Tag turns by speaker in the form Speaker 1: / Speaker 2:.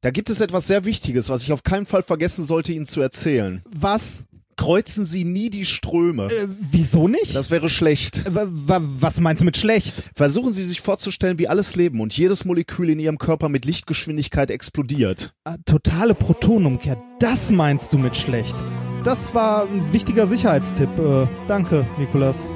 Speaker 1: Da gibt es etwas sehr Wichtiges, was ich auf keinen Fall vergessen sollte, Ihnen zu erzählen.
Speaker 2: Was?
Speaker 1: Kreuzen Sie nie die Ströme.
Speaker 2: Äh, wieso nicht? Äh,
Speaker 1: Das wäre schlecht.
Speaker 2: Wa- wa- was meinst du mit schlecht?
Speaker 1: Versuchen Sie sich vorzustellen, wie alles Leben und jedes Molekül in Ihrem Körper mit Lichtgeschwindigkeit explodiert.
Speaker 2: Ah, totale Protonumkehr, das meinst du mit schlecht. Das war ein wichtiger Sicherheitstipp. Äh, danke, Nikolas.